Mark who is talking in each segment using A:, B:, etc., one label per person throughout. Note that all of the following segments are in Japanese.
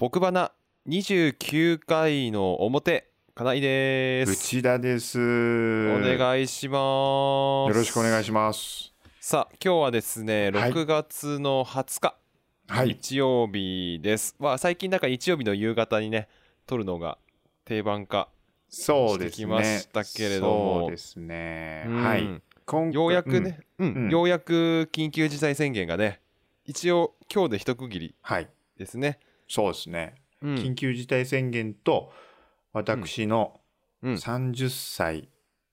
A: 僕ばな29回の表、金井です。
B: 内田です。
A: お
B: お
A: 願いします。
B: よろしくお願い
A: し
B: し
A: ま
B: ます。
A: す。さあ、今日はですね、
B: はい
A: 6月の20日、
B: はい。
A: 日曜日です。まあ、最近なんか日曜日の夕方にね、撮るのが定番化。
B: そうで
A: し
B: すね。
A: てきましたけれども
B: そうですね。
A: うん
B: はい。今回
A: ようやく。ね、うん
B: うん
A: ようやく緊急事態宣言がね、一応今日で一区切り
B: はい。
A: ですね。
B: そうですね。
A: うん
B: 緊急事態宣言と私の
A: うんうん
B: 30歳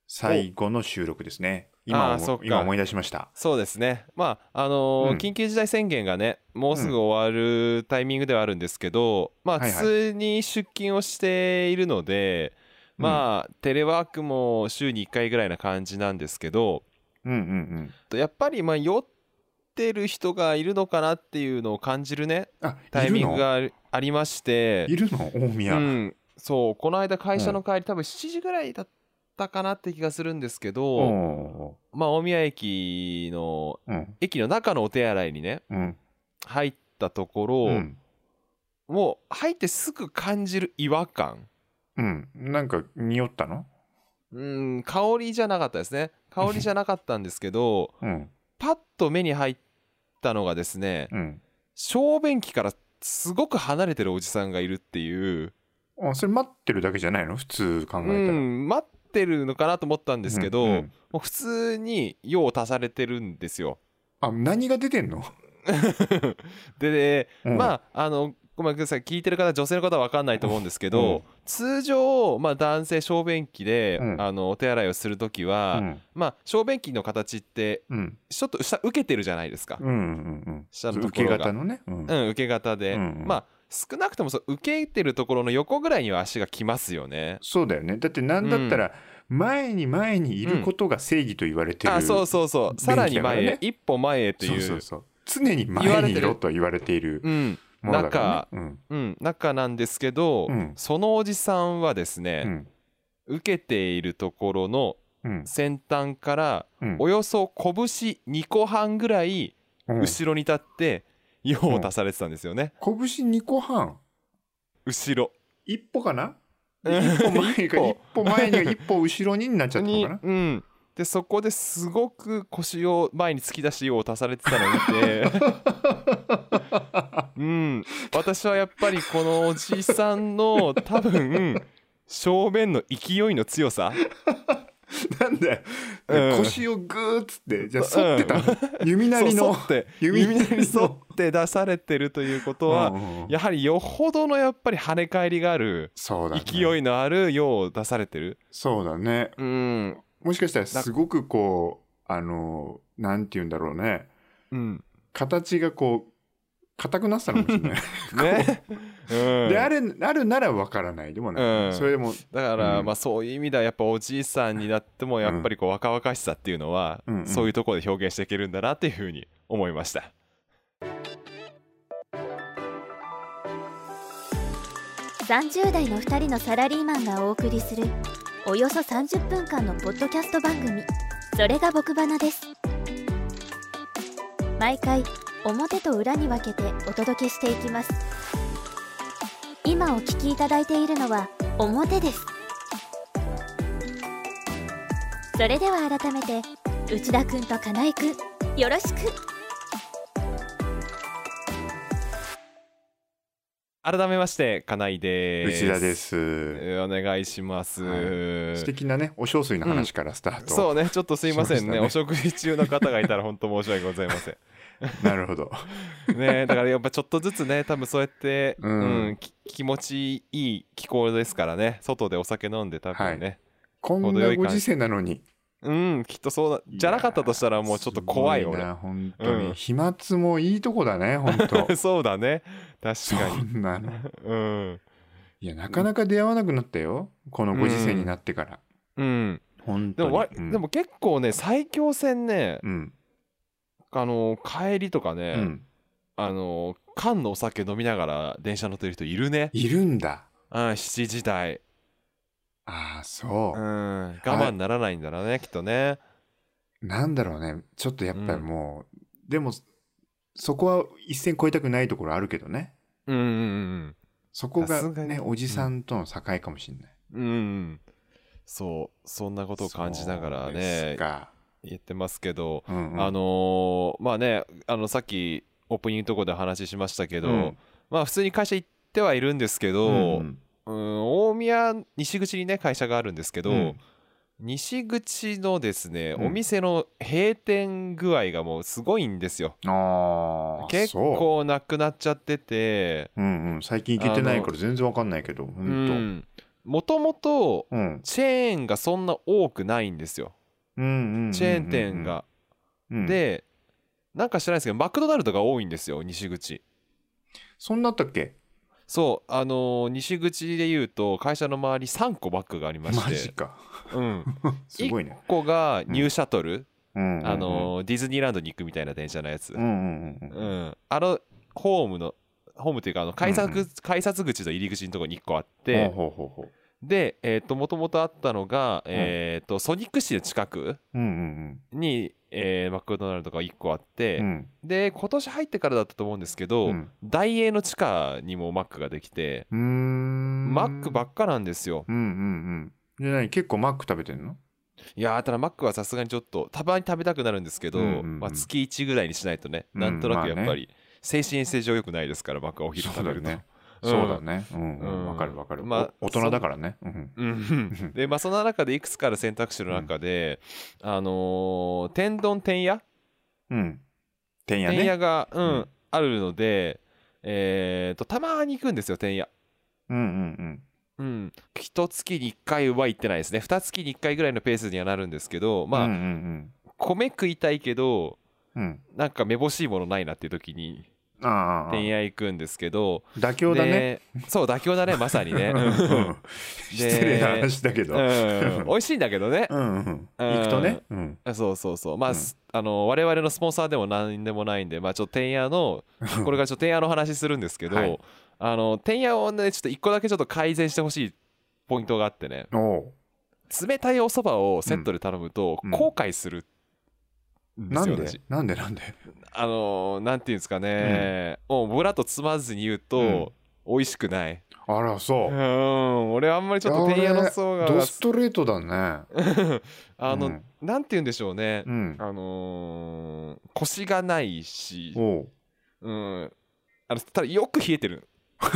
B: 最後の収録ですね。
A: あ
B: 今
A: ーそっ
B: 思
A: か
B: 今思い出しました。
A: そうですね。まあ、あのー
B: うん
A: 緊急事態宣言がね、もうすぐ終わるタイミングではあるんですけど、まあ、
B: はいはい
A: 普通に出勤をしているので、まあ、テレワークも週に1回ぐらいな感じなんですけど、
B: うんうんうん。
A: やっぱりまあ酔ってる人がいるのかなっていうのを感じるね、
B: あ、
A: タイミング
B: いるの
A: がありありまして、
B: いるの大宮。
A: う
B: うん
A: ん、そうこの間会社の帰り、多分7時ぐらいだったかなって気がするんですけど、
B: お
A: まあ大宮駅の
B: ーうん。
A: 駅の中のお手洗いにね
B: うん。
A: 入ったところ、
B: うん。
A: もう入ってすぐ感じる違和感
B: うん。なんか匂ったの
A: うん香りじゃなかったですね香りじゃなかったんですけ ど
B: うん。
A: パッと目に入ったのがですね
B: うん。
A: 小便器からすごく離れてるおじさんがいるっていう、
B: あそれ待ってるだけじゃないの普通考え
A: う
B: たら。
A: ん、待ってるのかなと思ったんですけど、
B: うんうん
A: もう普通に用を足されてるんですよ。
B: あ何が出てんの、
A: でで、
B: うん
A: まああのごめんなさい聞いてる方女性の方は分かんないと思うんですけど、
B: うん
A: 通常、まあ、男性小便器で、
B: うん
A: あのお手洗いをする時
B: う
A: は、
B: ん
A: まあ、小便器の形って
B: うん
A: ちょっと下受けてるじゃないですか、
B: うんうん
A: 下
B: う
A: の
B: ん、
A: と
B: 受
A: こ
B: け
A: ろが、
B: 型のね、うん
A: うん、受け型で、
B: うんうん
A: まあ少なくともそう受けてるところの横ぐらいには足が来ますよね。
B: そうだよねだってなんだったら前に前にいることが正義と言われてる、
A: あそうそうそうさらに前へ、
B: 便器だからね
A: 一歩前へっていう
B: そうそうそう常に前にいろと言われている
A: うん
B: ものだから、ね、
A: うん、中なんですけど、
B: うん
A: そのおじさんはですね、
B: うん
A: 受けているところの
B: うん
A: 先端から
B: うん
A: およそ拳2個半ぐらい
B: うん
A: 後ろに立って用を足されてたんですよね、
B: 拳2個半
A: 後ろ
B: 一歩かな
A: うん
B: 一歩前が一
A: 一
B: 歩前にが一歩後ろになっちゃった の
A: に
B: かな
A: うんでそこですごく腰を前に突き出して用を足されてたのを見 てうん私はやっぱりこのおじさんの多分正面の勢いの強さ
B: なんだよ、
A: うん
B: 腰をグーっつってじゃあ反ってたの、 弓なり
A: そう
B: の
A: 沿って
B: 弓
A: 弓なりに沿って出されてるということは、
B: うんうんうん
A: やはりよほどのやっぱり跳ね返りがある
B: そうだね
A: 勢いのあるよう出されてる
B: そうだね
A: うん
B: もしかしたらすごくこうあのなんて言うんだろうね
A: うん
B: 形がこう硬くなってたのかもしれない、
A: ね、 うん、
B: であるあるならわからないでもない、
A: うん
B: それでも
A: だから、
B: うん
A: まあそういう意味ではやっぱおじいさんになってもやっぱりこう若々しさっていうのは、
B: うんうん
A: そういうところで表現していけるんだなっていうふうに思いました
C: 30代の2人のサラリーマンがお送りするおよそ30分間のポッドキャスト番組それが僕バナです毎回表と裏に分けてお届けしていきます今お聞きいただいているのは表ですそれでは改めて内田くんと金井くんよろしく
A: 改めまして金井です
B: 内田です、
A: えーお願いします、
B: は素敵なねお小水の話からスタート、
A: そうねちょっとすいませんね
B: し
A: お
B: ました
A: 食事中の方がいたら本当申し訳ございません
B: なるほど
A: ねだからやっぱちょっとずつね多分そうやって、う
B: うんん
A: き気持ちいい気候ですからね外でお酒飲んで多分ね、
B: こんなご時世なのに
A: うんきっとそうだ じゃなかったとしたらもうちょっと怖いよ
B: すご
A: 俺
B: な本当に、
A: うん
B: 飛沫もいいとこだね本 当
A: そうだね
B: そ
A: 確かに
B: んなの
A: うん
B: いやなかなか出会わなくなったよこのご時世になってから、
A: うん
B: 本
A: で
B: 当に
A: もわ
B: うん
A: でも結構ね埼京線ね、
B: うん
A: あの帰りとかね、
B: うん
A: あの缶のお酒飲みながら電車乗ってる人いるね、
B: いるんだ
A: うん、7時台
B: ああそ
A: うん
B: う、
A: 我慢ならないんだろうねきっとね
B: なんだろうねちょっとやっぱりもう、でもそこは一線越えたくないところあるけどね
A: うんうんうんうん
B: そこ
A: さ
B: が
A: すがに
B: ね、おじさんとの境かもしれない。
A: うんそうそんなことを感じながら
B: そうです
A: ね
B: か
A: 言ってますけど、
B: うんうん
A: あのーまあねあのさっきオープニングのとこで話しましたけど、
B: うん
A: まあ普通に会社行ってはいるんですけど、
B: うんうん
A: うん大宮西口にね会社があるんですけど、
B: うん
A: 西口のですね、
B: うん
A: お店の閉店具合がもうすごいんですよ
B: ああ、
A: 結
B: そう。
A: 構なくなっちゃってて
B: うんうん、最近行けてないから全然わかんないけど、
A: う
B: 本
A: んもともと
B: 当。うん。
A: チェーンがそんな多くないんですよ
B: うんうんうん。
A: チェーン店が、
B: うん。で、
A: でなんか知らないですけどマクドナルドが多いんですよ西口
B: そんなあったっけ
A: そうあのー西口でいうと会社の周り3個バッグがありま
B: マ
A: して
B: ジか。
A: うん、
B: すごいね。
A: 1個がニューシャトル、
B: うんうんうん
A: あのーディズニーランドに行くみたいな電車のやつ、
B: うんうんうん
A: う
B: うん。
A: ん、あのホームのホームというかあの改札,、
B: うんうん
A: 改札口の入り口のところに1個あっ
B: ほう
A: て、
B: ほうほうほう。
A: でえっともともとあったのが、えっとソニック市の近く
B: うんうん
A: に、えーマクドナルドが1個あっ
B: う
A: て、
B: ん。うん
A: で今年入ってからだったと思うんですけど、
B: うん
A: ダイエーの地下にもマックができて、
B: うーん。
A: マックばっかなんですよ
B: うんうんうん。で、何結構マック食べてんの
A: いやーただマックはさすがにちょっとたまに食べたくなるんですけど、
B: うんうんうん
A: まあ、月1ぐらいにしないとね
B: うん
A: なんとなくやっ
B: ま
A: ぱ
B: あ
A: り精神衛生上良くないですからマックはお昼
B: そう
A: 食べ
B: だ
A: ると。
B: ね。
A: うん
B: そうだね。うんう
A: うん
B: ん。わかるわかる。
A: まあ
B: お大人だからね。うん
A: うんでまあその中でいくつかある選択肢の中で、あのー天丼天屋
B: うん。うん。てんや
A: 天屋
B: ね。
A: が、うん
B: うん
A: あるので、えー、とたまに行くんですよ天屋。
B: うんうん
A: うん、1月に1回は行ってないですね2月に1回ぐらいのペースにはなるんですけど
B: うん。
A: まあ、
B: うんうん
A: 米食いたいけど
B: うん。うん。
A: なんかめぼしいものないなっていう時に
B: ああああ。
A: 天屋行くんですけど
B: 妥協だね。
A: でそう妥協だねまさにね
B: う
A: うん
B: うんん 失礼な話だけど。うん
A: うん美味しいんだけどね
B: うん行くとね。うん。
A: あそうそうそうまあ、
B: うん
A: すあの我々のスポンサーでも何でもないんでまあちょっとてんやのこれからちょっとてんやの話するんですけど、
B: はい
A: あのてんやをねちょっと一個だけちょっと改善してほしいポイントがあってね
B: おう
A: 冷たいお蕎麦をセットで頼むと
B: うん
A: 後悔するんで
B: な
A: すよ、
B: んで
A: 私
B: なんでなんで
A: あのなんていうんですかね、もうブラとつまずに言うと、美味しくない
B: あら、
A: う
B: そう。
A: ん俺あんまりちょっとてんやの層が
B: ドストレートだね。
A: あの、
B: うん
A: なんて言うんでしょうね、
B: うん。
A: あのー、腰がないし
B: おう
A: うん。あの、ただよく冷えて る。フ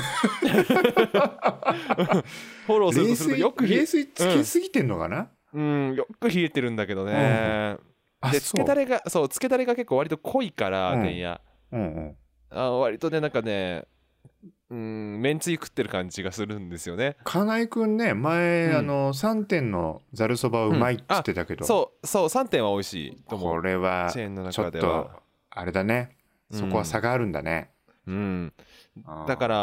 A: ォローする
B: 冷
A: とすると
B: 水、
A: よく冷え
B: 冷、水つけすぎてんのかな
A: うん、よく冷えてるんだけどね。
B: あ、
A: で、つ
B: そ
A: け
B: う
A: た。れが、そう、つけたれが結構割と濃いから、
B: うん
A: てんや。
B: うんうん。
A: あ割とね、なんかね、うん、めんつゆ食ってる感じがするんですよね。
B: 金井くんね、前、
A: うん
B: あの、3点のざるそばうまいって言ってたけど、
A: そう、そう、3点は美味しいと思
B: こ
A: う。
B: れは
A: チェーンの、
B: ちょ
A: 中
B: っ
A: で
B: と
A: は。、
B: あれだね。そこは差があるんだね。
A: うん。
B: あー
A: だから、、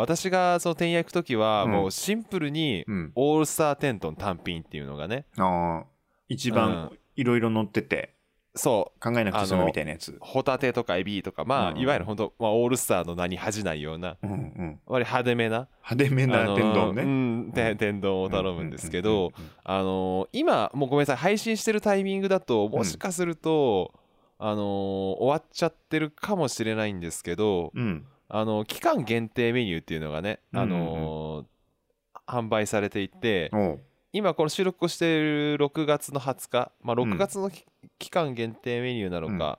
A: 私がその天や行くときは、
B: うん
A: もうシンプルに、
B: うん。
A: オールスターテントン単品っていうのがね、
B: あー一番いろいろ乗ってて、
A: そう、
B: 考えなくて済むみたいなやつ。
A: ホタテとかエビとかまあ、
B: うん
A: いわゆる本当、まあ、オールスターの名に恥じないような
B: うんうん。
A: 割り派手めな
B: 派手めな天丼
A: あのう
B: ね。
A: んて天丼を頼むんですけど、あの今もうごめんなさい配信してるタイミングだともしかすると、あの終わっちゃってるかもしれないんですけど、
B: うん。うん。
A: あの期間限定メニューっていうのがね、あの販売されていて
B: おう
A: 今この収録をしている6月の20日、まあ、
B: ん
A: 6月のき、期間限定メニューなのか、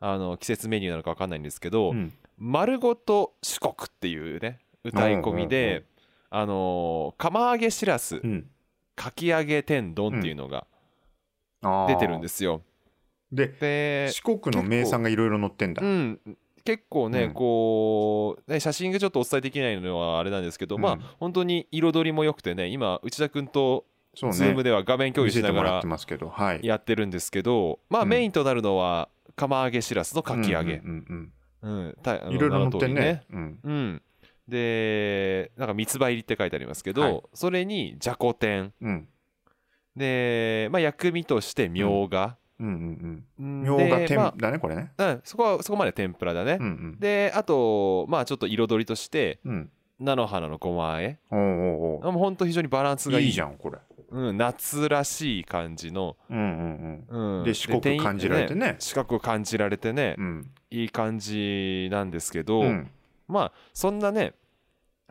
A: あの季節メニューなのか分かんないんですけど「
B: うん
A: 丸ごと四国」っていうね歌い込み
B: うんうんう
A: で、あのー釜揚げしらす
B: うん。。
A: かき揚げ天丼っていうのが出てるんですすよ。
B: で、
A: で、
B: 四国の名産がいろいろ載ってんだ
A: う。ん、結構ね、
B: うん
A: こうね写真がちょっとお伝えできないのはあれなんですけど、ま
B: う
A: あ
B: ん
A: 本当に彩りも良くてね今内田君と
B: そう
A: ズーム
B: ね。
A: では画面共有
B: 見
A: し
B: せて
A: なが
B: もら
A: ら
B: ってますけど、はい。
A: やってるんですけど、まあ
B: うん
A: メインとなるのは釜揚げしらすのかき揚げ
B: う。ん
A: うんた
B: う
A: あ
B: んう
A: の
B: んいろいろ載って
A: 名の通り
B: んね。うん。
A: うん。で、なんか三つ葉入りって書いてありますけど、
B: はい
A: それにじゃこ天。
B: うん。
A: で、まあ薬味としてみょうが。
B: うんうん
A: うん
B: うん。みょうが
A: で
B: 天
A: ま
B: だね、これね。
A: あうん、そこは、そこまで天ぷらだね。
B: うんうん。
A: で、あと、まあちょっと彩りとして、
B: うん。
A: 菜の花のごま和え。
B: おうおうお
A: あもうほんと非常にバランス
B: う
A: がいい。
B: いいじゃん、これ。
A: うん、夏らしい感じの。
B: うんうん
A: うん、
B: で四国
A: 天
B: 感じられてね
A: 四国を感じられてね
B: う、ん。
A: いい感じなんですけ
B: う
A: ど、
B: ん。うん。
A: まあそんなね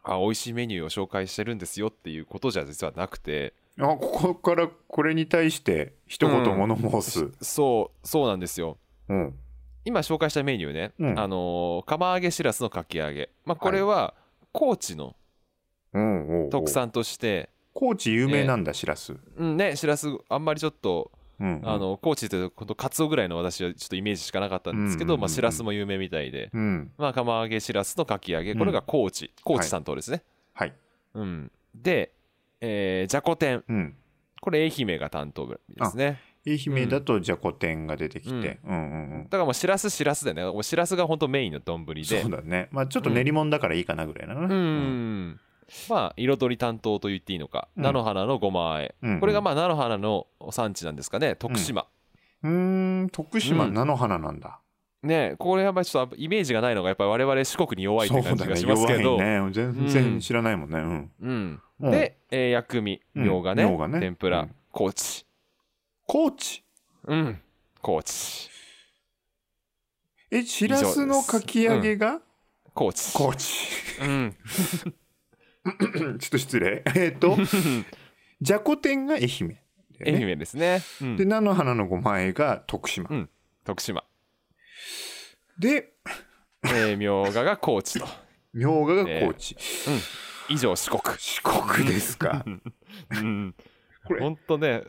A: あ美味しいメニューを紹介してるんですよっていうことじゃ実はなくて
B: あここからこれに対して一言物申す、
A: そうそうなんですよ
B: うん
A: 今紹介したメニューね、
B: うん
A: あのー釜揚げしらすのかき揚げ、まあ、これは高知の
B: うんおうおう
A: 特産として、
B: 高知有名なんだしらす、
A: うんねしらすあんまりちょっと
B: うん
A: あの高知というとほんとカツオぐらいの私はちょっとイメージしかなかったんですけど、
B: うんうんうんうん
A: まあ、しらすも有名みたいで、
B: うん
A: まあ、釜揚げしらすのかき揚げ
B: うん
A: これが高知、高知担当ですね、
B: はい
A: うん、で、えーじゃこ天
B: うん
A: これ愛媛が担当ですね
B: 愛媛だとじゃこ天が出てきて、うん、うんうん
A: だからもうしらすしらすだよねもうしらすが本当メインの丼で
B: そうだねまあちょっと練り物だからいいかなぐらいな、う
A: うん、まあ彩り担当と言っていいのか、
B: うん
A: 菜の花のごまあえ
B: うんうん
A: これがまあ菜の花の産地なんですかね徳島、
B: うーん徳島
A: うん
B: 菜の花なんだ、
A: ねこれはやっぱりちょっとイメージがないのがやっぱり我々四国に弱いって
B: そうだ
A: 感じ
B: ね
A: がしますけど、
B: 弱いね全
A: うん
B: 然知らないもんねうん、
A: うん、
B: うん
A: で、えー薬味
B: うん
A: みょうがね,、
B: みょうがね
A: 天ぷら、
B: うん
A: 高知
B: 高知
A: うん高知
B: えしらすのかき揚げが、
A: 高知
B: 高知
A: うん
B: ちょっと失礼えっとじゃこ天が愛媛だよ
A: 愛
B: ね
A: 媛ですね、うん
B: で菜の花のごまあえが徳島、
A: うん徳島
B: で
A: えーみょうがが高知と
B: みょうがが高知、
A: 以上四国
B: 四国ですか
A: うん
B: これ
A: ほんとね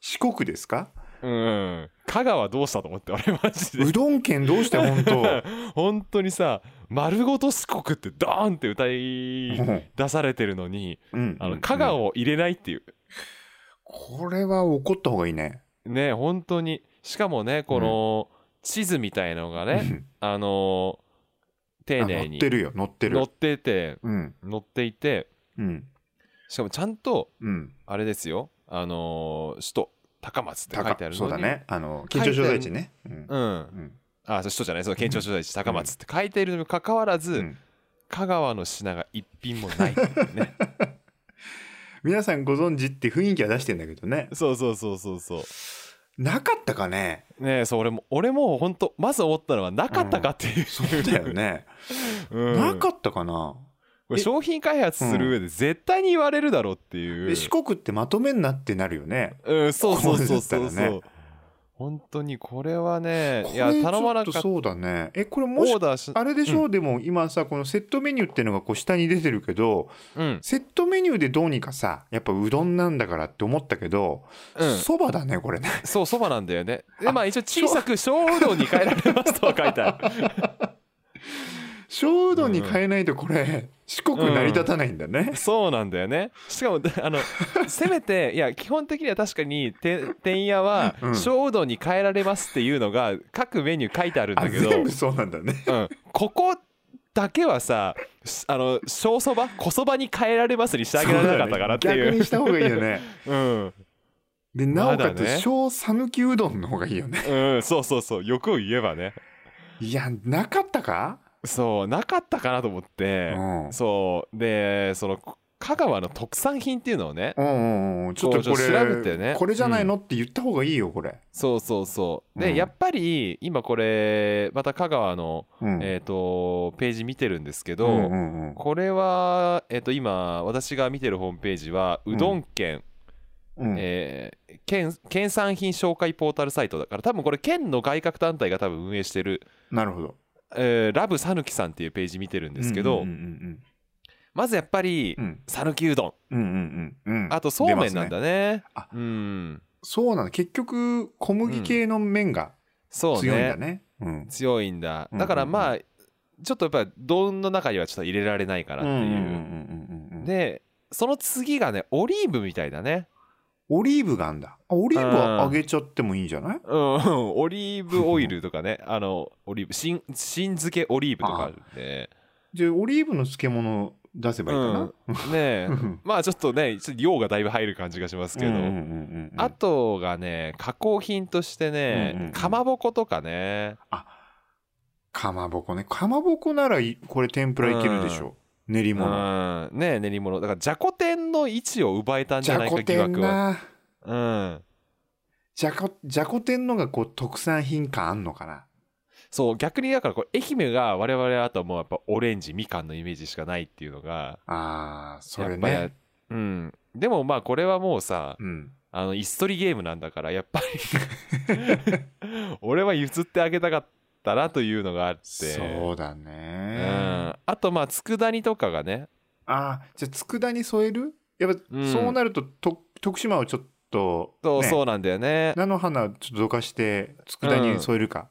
B: 四国ですか
A: うん香川どうしたと思って俺マジ で
B: うどん県どうして本当
A: 本当にさ丸ごと四国ってドーンって歌い出されてるのに
B: うん
A: あの香川
B: うん
A: を入れないっていう
B: これは怒った方がいいね
A: ね本当にしかもねこの地図みたいのがね、
B: うん
A: あのー丁
B: あ
A: 寧
B: 乗っ
A: に
B: てるよ乗ってる
A: 載ってて
B: うん
A: 載っていて
B: うん
A: しかもちゃんと
B: うん
A: あれですよあのー首都高松って書いてあるのに
B: そうだねあの緊張所在地ねうん
A: うん
B: うん
A: あ首都じゃないその県庁所在地高松って書いているにもかかわらず、
B: うん
A: 香川の品が一品も ないっていうね
B: 皆さんご存知って雰囲気は出してんだけどね
A: そうそうそうそうそう
B: なかったかね
A: ねえそう俺も俺も本当まず思ったのはなかったかっていう、
B: そうだよね
A: うん
B: なかったかな
A: これ商品開発する上で絶対に言われるだろうっていう、
B: え四国ってまとめんなってなるよね
A: うん、そうそうそうそう
B: こう
A: そ
B: なった
A: う
B: らね。本
A: 本当にこれはね、い
B: い
A: や
B: や
A: 頼
B: 頼
A: ま
B: ま
A: な
B: な
A: か
B: か
A: っ
B: ったた
A: オ
B: そうだねえこれもし
A: ーダーし、
B: あれでしょうでも今さこのセットメニューっていうのがこう下に出てるけど
A: うん、
B: セットメニューでどうにかさやっぱうどんなんだからって思ったけど
A: うん、
B: そばだねこれね
A: そうそばなんだよね。で
B: あ
A: まあ一応小さく小うどんに変えられますとは書いてある。
B: 小うどんに変えないとこれ四国成り立たないんだ ね
A: そうなんだよね。しかもで あのせめていや基本的には確かにててんやは
B: うん
A: 小うどんに変えられますっていうのが各メニュー書いてあるん
B: あ
A: だけど、
B: 全
A: う
B: 部そうなんだね
A: ん、ここだけはさ、しあの小そば小そばに変えられますにしてあげられなかったかなってい
B: そうだね逆
A: う。
B: にした方がいいよね
A: うん。
B: でなおか
A: ま
B: つ
A: だね
B: 小讃岐うどんの方がいいよね
A: うん、そうそうそう、欲を言えばね。
B: いやなかったか
A: そう、なかったかなと思って、
B: うん
A: そう、で、その、香川の特産品っていうのをね、
B: うんうんうんちょっとこ
A: ちょ
B: れ
A: っと調べてね
B: これじゃないのって言った方がいいよこれ
A: そうそうそう。で、
B: うん
A: やっぱり、今これ、また香川の、
B: うん
A: えっ、と、ページ見てるんですけど、
B: うんうんうん
A: これは、えっ、と、今、私が見てるホームページは、うどん県、
B: うん
A: えー県、県産品紹介ポータルサイトだから、多分これ、県の外郭団体が多分運営してる、
B: なるほど
A: えーラブさぬきさんっていうページ見てるんですけど、
B: うんうん
A: まずやっぱり
B: うんうん
A: 讃岐うどん
B: うんうんうんうん
A: あとそうめんなん
B: 出ますね
A: だね
B: あ
A: うん
B: そうなんだ結局小麦系の麺が
A: そうね
B: 強いんだねうん
A: 強いんだ
B: うん
A: だからまあちょっとやっぱり丼の中にはちょっと入れられないからって
B: うんうん
A: いう、
B: うんうんうん
A: でその次がねオリーブみたいだね
B: オリーブがあんだあオリーブは揚げちゃってもいいんじゃない
A: うん オリーブオイルとかねあのオリーブ新新漬けオリーブとかあるんで
B: じゃあオリーブの漬物出せばいいかな
A: うんね えまあちょっとねちょっと量がだいぶ入る感じがしますけど、
B: うんうんうんうん
A: あとがね加工品としてね、
B: うんうんうん
A: かまぼことかね
B: かまぼこねかまぼこならいこれ天ぷらいけるでしょ練り物
A: うんねえ練り物だからじゃこ天の位置を奪えたんじ
B: じ
A: ゃ
B: ゃ
A: ない
B: こ
A: か疑
B: 天
A: 惑は
B: な
A: うん
B: じゃこじゃこ天のがこう特産品感あんのかな
A: そう逆にだからこれ愛媛が我々はあとはもうやっぱオレンジみかんのイメージしかないっていうのが
B: ああ、そ
A: や
B: れ
A: っぱり
B: ね。
A: うんでもまあこれはもうさ
B: うん。
A: あの椅子取りゲームなんだからやっぱり俺は譲ってあげたかったなというのがあって
B: そうだ
A: う
B: ね。
A: ん、あとまあ佃煮とかがね
B: ああ、じゃあ、佃煮添えるやっぱ、
A: うん
B: そうなるとと、徳島をちょっと、
A: そう,、
B: ね
A: そうなんだよねっ
B: 菜の花ちょっとどかして佃煮に添えるか、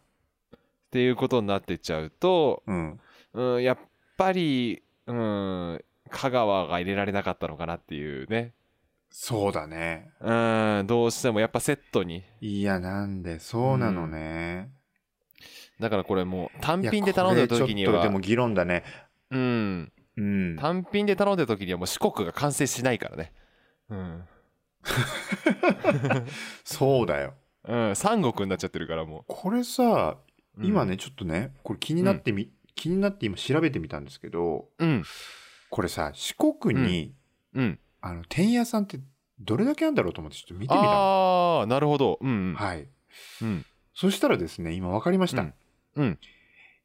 A: ていうことになってっちゃうと、
B: うん
A: うん、やっぱり、うん、香川が入れられなかったのかなっていうね、
B: そうだね
A: うん、どうしてもやっぱセットに
B: いやなんでそうなのね、
A: だからこれもう単
B: いや
A: 品で頼んでる時に
B: これ
A: は
B: ちょっとでも議論だね
A: うん、
B: うん
A: 単品で頼んでる時にはもう四国が完成しないからねうん、
B: そうだよ
A: うん、三国になっちゃってるからも
B: これさ
A: う
B: 今ね、ちょっとねこれ気になってみ、気になって今調べてみたんですけど
A: うん
B: これさ四国に、
A: うん
B: あの天屋さんってどれだけあるんだろうと思ってちょっと見てみたの
A: ああなるほどうんうん、
B: はい
A: うん
B: そしたらですね今分かりました、
A: うんうん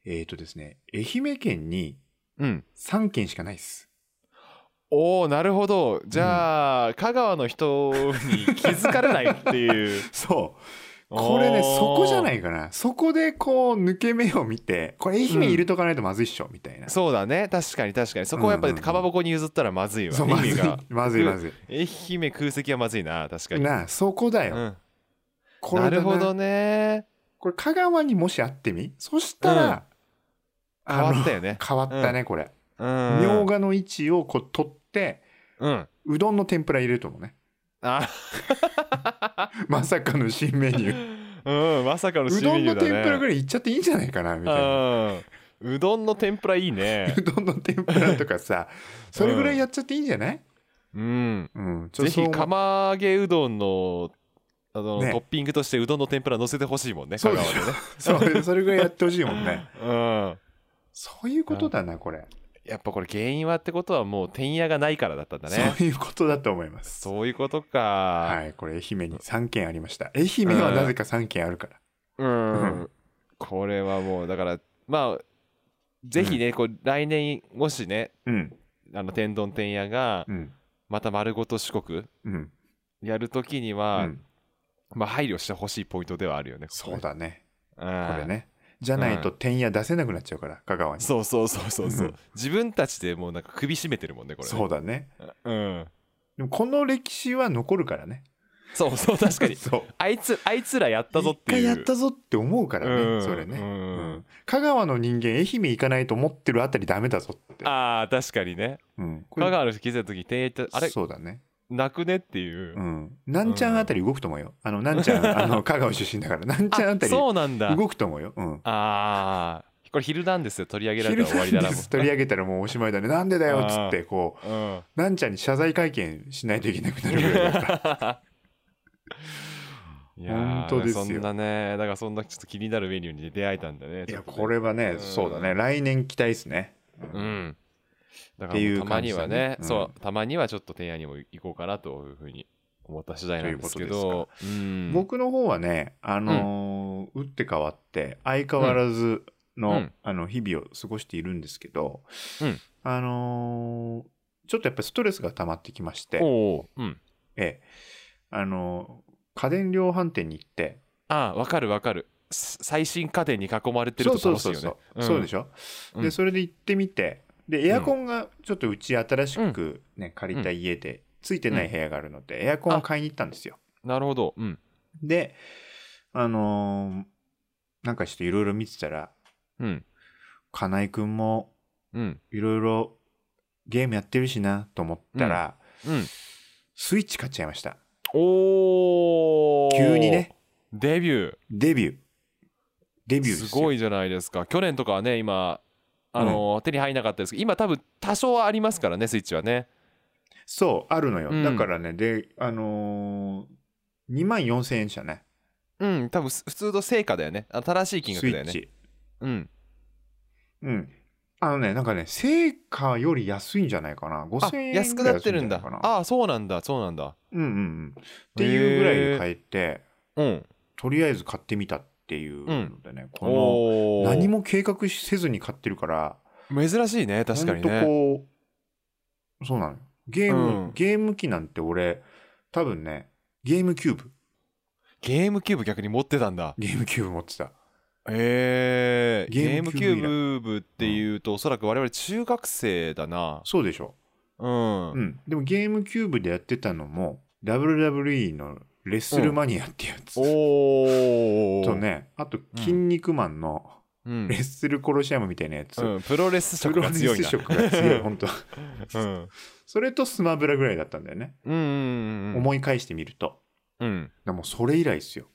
B: えっ、とですね愛媛県に
A: うん
B: 3県しかないです
A: おおなるほどじゃあ、香川の人に気づかれないっていう
B: そう これねそこじゃないいかなそこでこう抜け目を見てこれ愛媛入れとかないとまずいっしょ、みたいな
A: そうだね確かに確かにそこはやっぱりかまぼこに譲ったらまずいわ、
B: そう
A: 意
B: まず
A: 味
B: い
A: が
B: まずいまず
A: 愛媛空席はまずいな確か
B: い
A: に
B: なあそこだよ、
A: うん
B: これ
A: な
B: だ
A: るほどね
B: これ香川にもし会ってみそしたら、
A: 変
B: あの
A: わったよね
B: 変わったね、これ
A: う
B: みょうんがの位置をこう取って
A: うん
B: うどんの天ぷら入れると思うね
A: あ
B: まさかの新メニュー
A: うんまさかの
B: う
A: 新
B: ど
A: メ
B: ん
A: ニュ
B: の
A: ーだね
B: 天ぷらぐらいいっちゃっていいんじゃないかなみたいな
A: うんうどんの天ぷらいいね
B: うどんの天ぷらとかさそれぐらいやっちゃっていいんじゃない、
A: うん
B: うん、ちょっ
A: ぜ
B: と
A: ひ
B: そう思う
A: 釜揚げうどんのあの、
B: ね
A: トッピングとしてうどんの天ぷら乗せてほしいもんね
B: そ
A: 香
B: うで
A: 川
B: し
A: で
B: ょ
A: ね
B: そうそれぐらいやってほしいもんね
A: うん
B: そういうことだな、これ。
A: やっぱこれ原因はってことはもうてんやがないからだったんだね
B: そういうことだと思います。
A: そういうことか、
B: はい、これ愛媛に3件ありました。愛媛はなぜか3件あるから。
A: うんこれはもうだからまあぜひね、こう来年もしね
B: うん、
A: あの天丼てんやが
B: うん、
A: また丸ごと四国
B: うん、
A: やるときに
B: う
A: は、
B: ん。
A: まあ配慮してほしいポイントではあるよね
B: そう、だね。
A: こ
B: こ
A: れ
B: れね。じゃないと点や出せなくなっちゃうから、香川に。
A: そうそうそうそうそううん自分たちでもうなんか首絞めてるもんねこれね
B: そうだね。
A: うん、
B: でもこの歴史は残るからね。
A: そうそう確 かに
B: そう。
A: あいつあいつらやったぞっていう
B: 一回やったぞって思うからね、
A: うん
B: それね、
A: うん
B: 香川の人間愛媛行かないと思ってるあたりダメだぞって、
A: ああ確かにね
B: うん、これ
A: 香川の人気づいた時に店員行ってあれ
B: そうだね
A: 泣くねっていう、
B: うん、なんちゃんあたり動くと思うよ。あの、なんち ゃん、あの、香川出身だから、なんちゃんあたり
A: そうなんだ
B: 動くと思うよ。うん。
A: あーこれ「ヒルナンデス」で取り上げら
B: 昼
A: れ
B: な
A: た
B: ん
A: ら終わりだな
B: で
A: も
B: す取り上げたらもうおしまいだね。なんでだよっつって、こ
A: う、うん、
B: う、なんちゃんに謝罪会見しないといけなくなるぐらいだ から。
A: いや
B: 本
A: ー
B: 当ですよ
A: そんなねだからそんなちょっと気になるメニューに出会えたんだね
B: い
A: ちょ
B: や、
A: っとね
B: これは
A: う
B: ね、
A: ん
B: そうだね。来年期待ですね。
A: うんだ
B: っ
A: か
B: て
A: ら
B: い
A: も
B: う
A: うたまにはね
B: 感じだね
A: そうたまにはちょっと提案にも行こうかなというふうに思った次第なんですけ
B: というこ
A: どうん
B: 僕の方はね、あのー打って変わって、相変わらずの、
A: うん
B: あの、日々を過ごしているんですけど、
A: うん
B: あのーちょっとやっぱりストレスが溜まってきまして、
A: おーうん
B: ええ、あの家電量販店に行って
A: ああわかるわかるす最新家電に囲まれてる
B: そう
A: と
B: そう
A: 楽しい
B: そ
A: よ
B: う
A: ね
B: そ
A: ん
B: う、そうでしょ、
A: うん
B: でそれで行ってみてでエアコンがちょっとうち新しく、ね借りた家でついてない部屋があるので、エアコンを買いに行ったんですよ
A: なるほどうん
B: であのーなんかちょっといろいろ見てたら
A: うん
B: 金井君も
A: うん
B: いろいろゲームやってるしなと思ったら、
A: うん
B: スイッチ買っちゃいました
A: おお
B: 急にね
A: デビュー
B: デビューデビューです
A: す
B: よ
A: ごいじゃないですか去年とかはね今あのー手に入らなかったですけど今多分多少はありますからねスイッチはね
B: そうあるのよ、
A: うん
B: だからねであのー、2万4000円したね
A: うん多分す普通の成果だよねあ正しい金
B: ス
A: 額
B: イ
A: だよ
B: ッ
A: ね
B: チ
A: うん
B: うんあのねなんかね成果より安いんじゃないかな
A: あ
B: 5000円
A: 安くなってるんだ
B: ぐらい安いじゃないかな
A: ああそうなんだそうなんだ
B: うんうんうんっていうぐらいで買えて
A: うん
B: とりあえず買ってみたっっていうのでね、こ
A: お
B: の
A: ー
B: 何も計画せずに買ってるから、
A: 珍しいね確かに
B: ほんと
A: ね
B: こう、そうなのよ。ゲーム、
A: うん
B: ゲーム機なんて俺、多分ね、ゲームキューブ、
A: ゲームキューブ逆に持ってたんだ
B: ゲームキューブ持ってた。
A: えー、
B: ゲ
A: ゲ
B: ー
A: ー
B: ム
A: ム
B: キ
A: キ
B: ュ
A: ュ
B: ーブ以来
A: ーブっていうとおそらく我々中学生だな
B: そうでしょ。
A: うん、
B: うん。でもゲームキューブでやってたのも、WWE のレッスルマニアってやつ。
A: おお
B: と、ね、あと、筋肉マンの
A: うん
B: レッスルコロシアムみたいなやつ。
A: うん、プロレス色が強いな
B: プロレス色が 強い、本当。
A: うん
B: それとスマブラぐらいだったんだよね。
A: うんうんうん
B: 思い返してみると。
A: うん
B: でもそれ以来ですよ。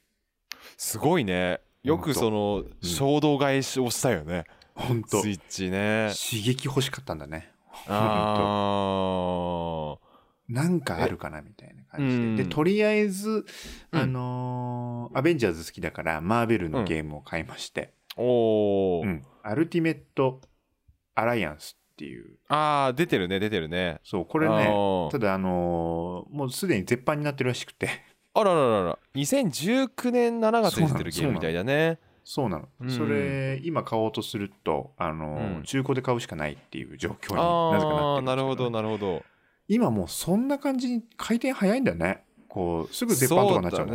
A: すごいねよくその
B: うん
A: 衝動買いをしたよね、
B: 本当。
A: スイ
B: 刺
A: ッチね
B: 激欲しかったんだね。
A: ああ
B: なんかあるかなみたいな感
A: う
B: じ
A: ん
B: で。で、とりあえず、
A: うん
B: あのーアベンジャーズ好きだから、マーベルのゲームを買いまして、
A: おお、
B: うんアルティメット・アライアンスっていう、
A: ああ出てるね出てるね
B: そう、これ
A: あ
B: ね、
A: ー
B: ただ、あのーもうすでに絶版になってるらしくて、
A: あらららら2019年7月に出てるゲームみたいだね
B: そうなの。
A: うん
B: それ、今買おうとすると、あのー
A: うん
B: 中古で買うしかないっていう状況になぜかなっ
A: ああ
B: て
A: なるほど
B: な。
A: なるほど
B: 今もうそんな感じに回転早いんだね。こう、すぐ絶版とかになっちゃうんだ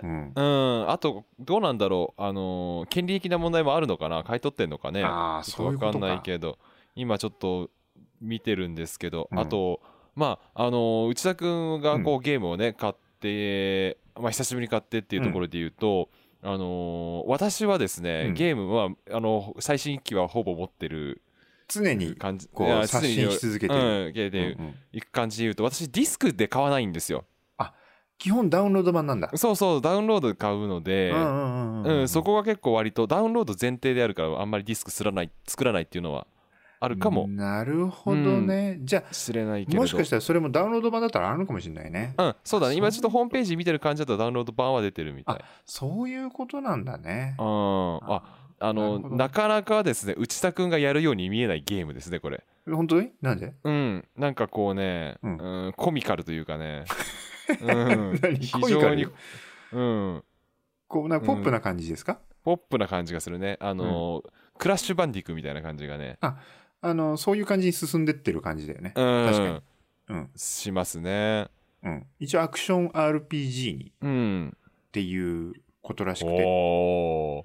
A: ね
B: うん
A: うん、あと、どうなんだろう、あのー権利的な問題もあるのかな、買い取ってんのかね、
B: あー
A: ちょっとわかんないけど、今ちょっと見てるんですけど、
B: うん
A: あと、まあ、あのー内田君がこうゲームをね、買って、まあ、久しぶりに買ってっていうところで言うと、あのー私はですね、
B: うん
A: ゲームはあの最新機はほぼ持ってる
B: 常に
A: 感じ、
B: こう
A: いや
B: 刷新し続けて
A: う
B: る
A: ん、ゲーで
B: うんうん
A: いく感じで言うと、私、ディスクで買わないんですよ。
B: 基本ダウンロード版なんだ。
A: そうそう、ダウンロードで買うので、
B: うんうんうんう
A: うんん、そこが結構割とダウンロード前提であるからあんまりディスクすらない作らないっていうのはあるかも
B: なるほどね。じゃ
A: しれないけ
B: あ
A: れど
B: もしかしたらそれもダウンロード版だったらあるのかもしれないね。
A: うんそうだね
B: そう
A: 今ちょっとホームページ見てる感じだとダウンロード版は出てるみたい
B: そういうことなんだね。
A: うんああ
B: な
A: の
B: るほど
A: なかなかですね内田君がやるように見えないゲームですねこれ
B: 本当になんで
A: うんなんかこうね、
B: う
A: うんんコミカルというか ね、うん
B: 何
A: 非
B: コミカ
A: 常に
B: ル
A: うん
B: こうなんかポップな感じですか、
A: ポップな感じがするねあの、クラッシュバンディクみたいな感じがね
B: あのそういう感じに進んでってる感じだよね。
A: うん
B: 確かに。うん
A: しますね
B: うん、一応アクション RPG にっ
A: うん
B: ていうことらしくて。
A: おー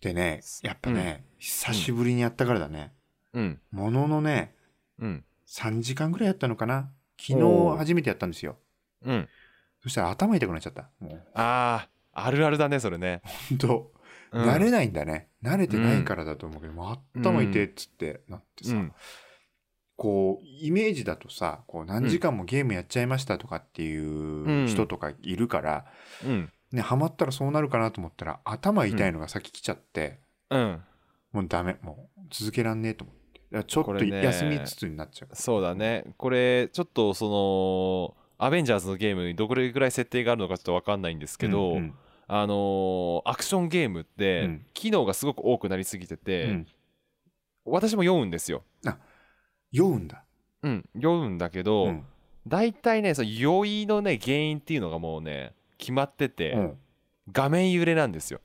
B: でね、やっぱね、久しぶりにやったからだね。
A: うん
B: もののね、
A: うん
B: 3時間ぐらいやったのかな。昨
A: お
B: 日
A: ー
B: 初めてやったんですよ。
A: うん
B: そしたら頭痛くなっちゃった。もう
A: あああるあるだねそれね、
B: 本当。
A: うん
B: 慣れないんだね慣れてないからだと思うけど、もう頭痛いっつってなってさ、
A: うん
B: こうイメージだとさこう何時間もゲームやっちゃいましたとかっていう人とかいるから、
A: うん
B: ねハマったらそうなるかなと思ったら頭痛いのが先来ちゃって、
A: うん
B: もうダメもう続けらんねえと思ってだからちょっ
A: ことれね
B: 休みつつになっちゃう、
A: そうだねこれちょっとそのアベンジャーズのゲームにどれぐらい設定があるのかちょっと分かんないんですけど、
B: うんうん
A: あのーアクションゲームっ
B: う
A: て
B: ん
A: 機能がすごく多くなりすぎてて、
B: うん
A: 私も酔うんですよ、
B: 酔うんだ、
A: うん、酔うんだけど、
B: うん
A: 大体ねその酔いのね原因っていうのがもうね決まってて、
B: うん
A: 画面揺れなんですよ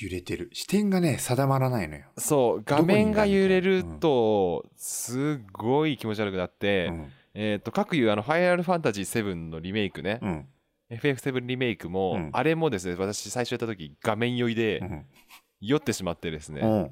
B: 揺れてる視点がね定まらないのよ、
A: そう
B: ど
A: 画
B: こにいる
A: 面が揺れるとすっごい気持ち悪くなって、
B: うん
A: えっ、と各いうあの「ファイナルファンタジー7」のリメイクね、
B: うん
A: FF7 リメイクも、
B: うん
A: あれもですね私最初やった時画面酔いで
B: うん
A: 酔ってしまってです
B: う
A: ね、
B: ん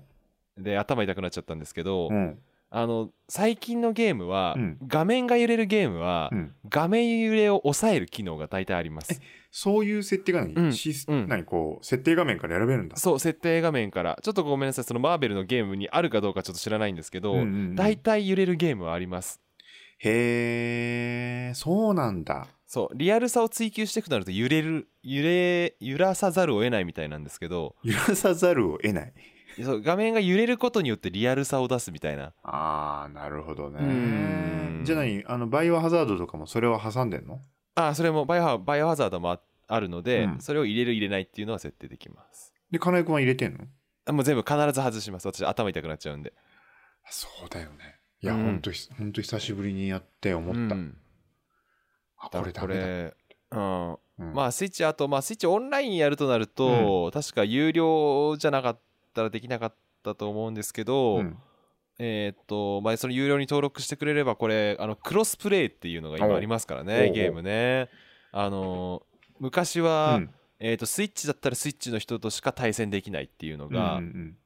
A: で頭痛くなっちゃったんですけど、
B: うん
A: あの最近のゲームは、
B: うん
A: 画面が揺れるゲームは、
B: うん
A: 画面揺れを抑える機能が大体あります
B: そういう設定が何、
A: うん
B: シス
A: うん
B: 何こう設定画面から選べるんだ。
A: そう設定画面からちょっとごめんなさいそのマーベルのゲームにあるかどうかちょっと知らないんですけど、
B: うんうんうん
A: 大体揺れるゲームはあります
B: へえ、そうなんだ。
A: そうリアルさを追求していくとなると揺れる揺れ揺らさざるを得ないみたいなんですけど
B: 揺らさざるを得ない。
A: そう画面が揺れることによってリアルさを出すみたいな
B: ああ、なるほど
A: う
B: ね
A: ん。
B: じゃあ何あのバイオハザードとかもそれを挟んでんの
A: あそれもバイオハバイオハザードもああるので、
B: うん
A: それを入れる入れないっていうのは設定できます
B: で、金井君は入れてんの
A: あもう全部必ず外します私頭痛くなっちゃうんで
B: そうだよね。いや、
A: うん
B: ほんとひ、ほんと久しぶりにやって思った。
A: うん
B: あ、これダ
A: こ
B: メだ。
A: れうん
B: うん
A: まあスイッチあとまあスイッチオンラインやるとなると、確か有料じゃなかったらできなかったと思うんですけど、
B: うん
A: えーっと、まあ、その有料に登録してくれれば、これ、あの、クロスプレイっていうのが
B: お
A: 今
B: う
A: ありますから
B: おうお
A: ね、
B: う
A: ゲームね。あのー、昔は、えーっと、スイッチだったらスイッチの人としか対戦できないっていうのが、
B: うんうん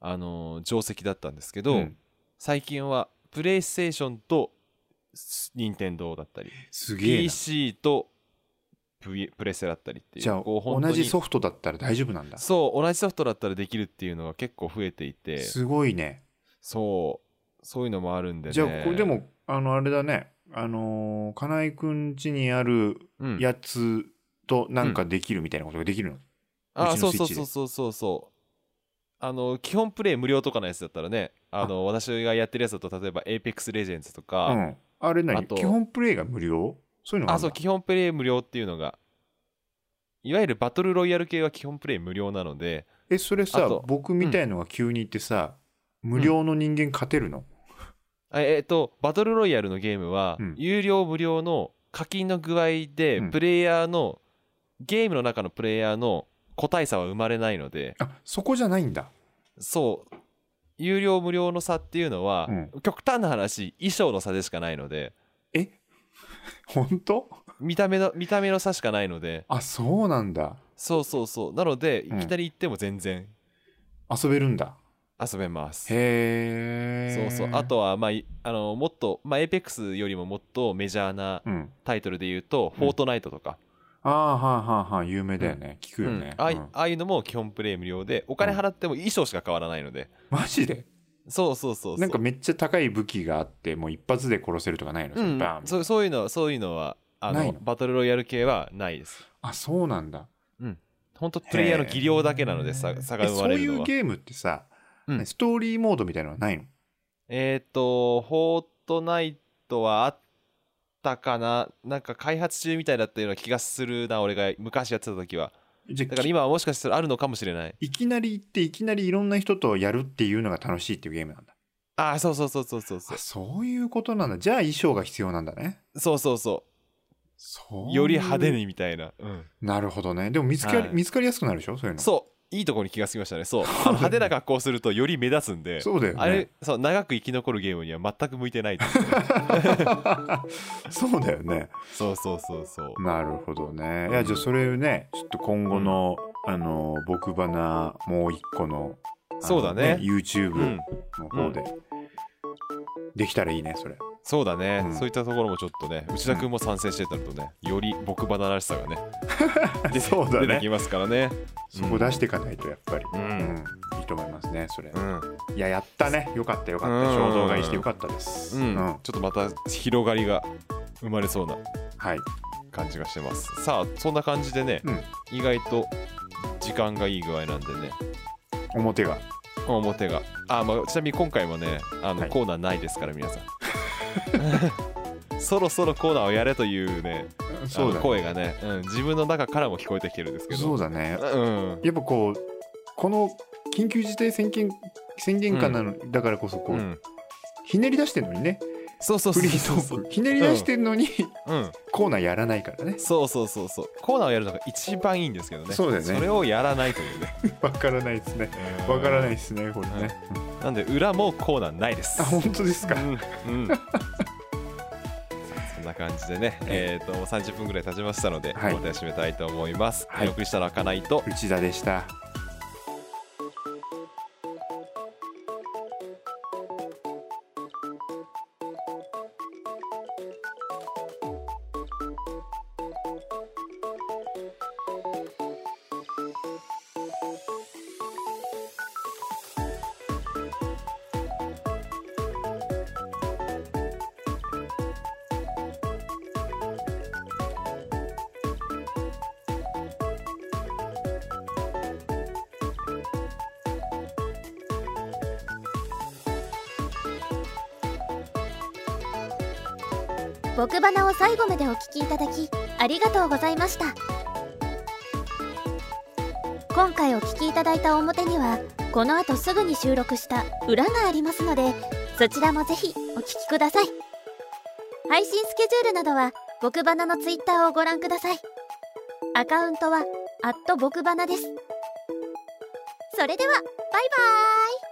A: あのー、定石だったんですけ
B: うん
A: ど、
B: うん
A: 最近は、プレイステーションと、s- 任天堂だったり、
B: すげえな
A: PC と、V- プレステだったりっていう。
B: じゃあ
A: こう本当
B: 同
A: に
B: じソフトだったら大丈夫なんだ
A: そう、同じソフトだったらできるっていうのが結構増えていて、
B: すごいね
A: そう、そういうのもあるんでね。
B: じゃあこれで、もあのあれだねあのー金井くん家にある
A: うん、
B: やつとなんかできるみたいなことができるの、
A: あ
B: う
A: あ
B: ち
A: そう
B: のスイ
A: そ
B: ッ
A: う
B: チ
A: そ
B: で
A: うそうそうそうあの基本プレイ無料とかのやつだったらねあの私がやってるやつだと例えば APEX レジェンズと
B: う
A: か、
B: ん、あれ何
A: あと
B: 基本プレイが無料そういうのが
A: あ
B: ある
A: そ
B: の
A: う基本プレイ無料っていうのがいわゆるバトルロイヤル系は基本プレイ無料なので
B: えそれ
A: あ
B: さ
A: と
B: 僕みたいのが急に行ってさ、無料の人間勝てるの、
A: あえっ、とバトルロイヤルのゲームは、
B: うん
A: 有料無料の課金の具合で、
B: うん
A: プレイヤーのゲームの中のプレイヤーの個体差は生まれないので
B: あそこじゃないんだ
A: そう有料無料の差っていうのは、
B: う
A: 極端な話衣装の差でしかないので
B: え本当
A: 見た目の見た目の差しかないので
B: あそうなんだ
A: そうそうそうなのでい
B: うん
A: きなり行っても全然
B: 遊べるんだ
A: 遊べます、
B: へ
A: そ
B: え
A: うそうあとは、まあ、いあのもっと、まあ、APEX よりももっとメジャーな
B: うん
A: タイトルで言うと「
B: うん
A: フォートナイト」とか、
B: ああはあはあはあ有名だよね、聞くよ
A: うん
B: ね、
A: ああい
B: うん
A: ああいうのも基本プレイ無料でお金払っても衣装しか変わらないので、
B: マジで
A: そうそうそうそう
B: なんかめっちゃ高い武器があってもう一発で殺せるとかないの、
A: うん
B: バーン
A: そうそういうのはそういうのはあ
B: ない
A: の
B: の
A: バトルロイヤル系はないです
B: あそうなんだ
A: 本当プレイヤーの技量だけなので
B: へ
A: 差
B: ー
A: 差が生まれるのは
B: えそういうゲームってさ、
A: うん
B: ストーリーモードみたいなのはないの
A: えっ、と、フォートナイトはあったかななんか開発中みたいだったような気がするな、俺が昔やってた時は。
B: じゃあ
A: だから今はもしかしたらあるのかもしれない。
B: いきなり行っていきなりいろんな人とやるっていうのが楽しいっていうゲームなんだ
A: ああ、そうそうそうそうそうそ
B: あ
A: う。
B: そういうことなんだじゃあ衣装が必要なんだね
A: そうそうそ。
B: そうう
A: より派手にみたいな。うん
B: なるほどねでも見つかり、
A: はい
B: 見つかりやすくなるでしょそういうの
A: そう。いいとこに気がつきましたね。 そう。あの派手な格好をするとより目立つんで。
B: そうだよね
A: あれ、そう、長く生き残るゲームには全く向いてないっていう。
B: そうだよね
A: そうそうそうそう。
B: なるほどねいやじゃあそれねちょっと今後の、あの僕花もう一個のあの
A: そうだね
B: YouTube
A: うん。
B: の方で、できたらいいねそれ
A: そうだね、
B: うん
A: そういったところもちょっとね内田君も参戦してたとねより僕離らしさが ね出て
B: そうだね
A: 出てきますからね
B: そこ出していかないとやっぱり、
A: うん
B: いいと思いますねそれ、
A: うん、
B: いややったねよかったよかった
A: うん
B: 衝動買いしてよかったです
A: うんちょっとまた広がりが生まれそうな
B: はい
A: 感じがしてますさあそんな感じでね、意外と時間がいい具合なんでね
B: 表が
A: 表があ、まあ、ちなみに今回もねあの、
B: はい
A: コーナーないですから皆さん そろそろコーナーをやれというね
B: そう
A: あの
B: だね
A: 声がね、うん、自分の中からも聞こえてきてるんですけど
B: そうだね
A: うん、
B: やっぱこうこの緊急事態宣言宣言下なの、だからこそこう、
A: うん、
B: ひねり出してるのにね
A: そうそう
B: フ
A: そう
B: リー
A: そう
B: ト
A: そう
B: ークひねり出してるのに、
A: うん、
B: コーナーやらないからね
A: そうそうそうそうコーナーをやるのが一番いいんですけどね
B: そうだよね
A: れをやらないというね
B: わからないですね
A: うん
B: わからないですねこれね、
A: なんで裏もコーナーないです
B: あ本当ですか、
A: うん、うん さあそんな感じでね、えー、ともう30分ぐらい経ちましたので、
B: はい
A: お手を締めたいと思います、
B: はい
A: お送りしたのはかないと
B: 内田でした
C: 僕花を最後までお聞きいただきありがとうございました今回お聞きいただいた表にはこの後すぐに収録した裏がありますのでそちらもぜひお聞きください配信スケジュールなどは僕花の Twitter をご覧くださいアカウントは、アット僕花です。それでは、バイバーイ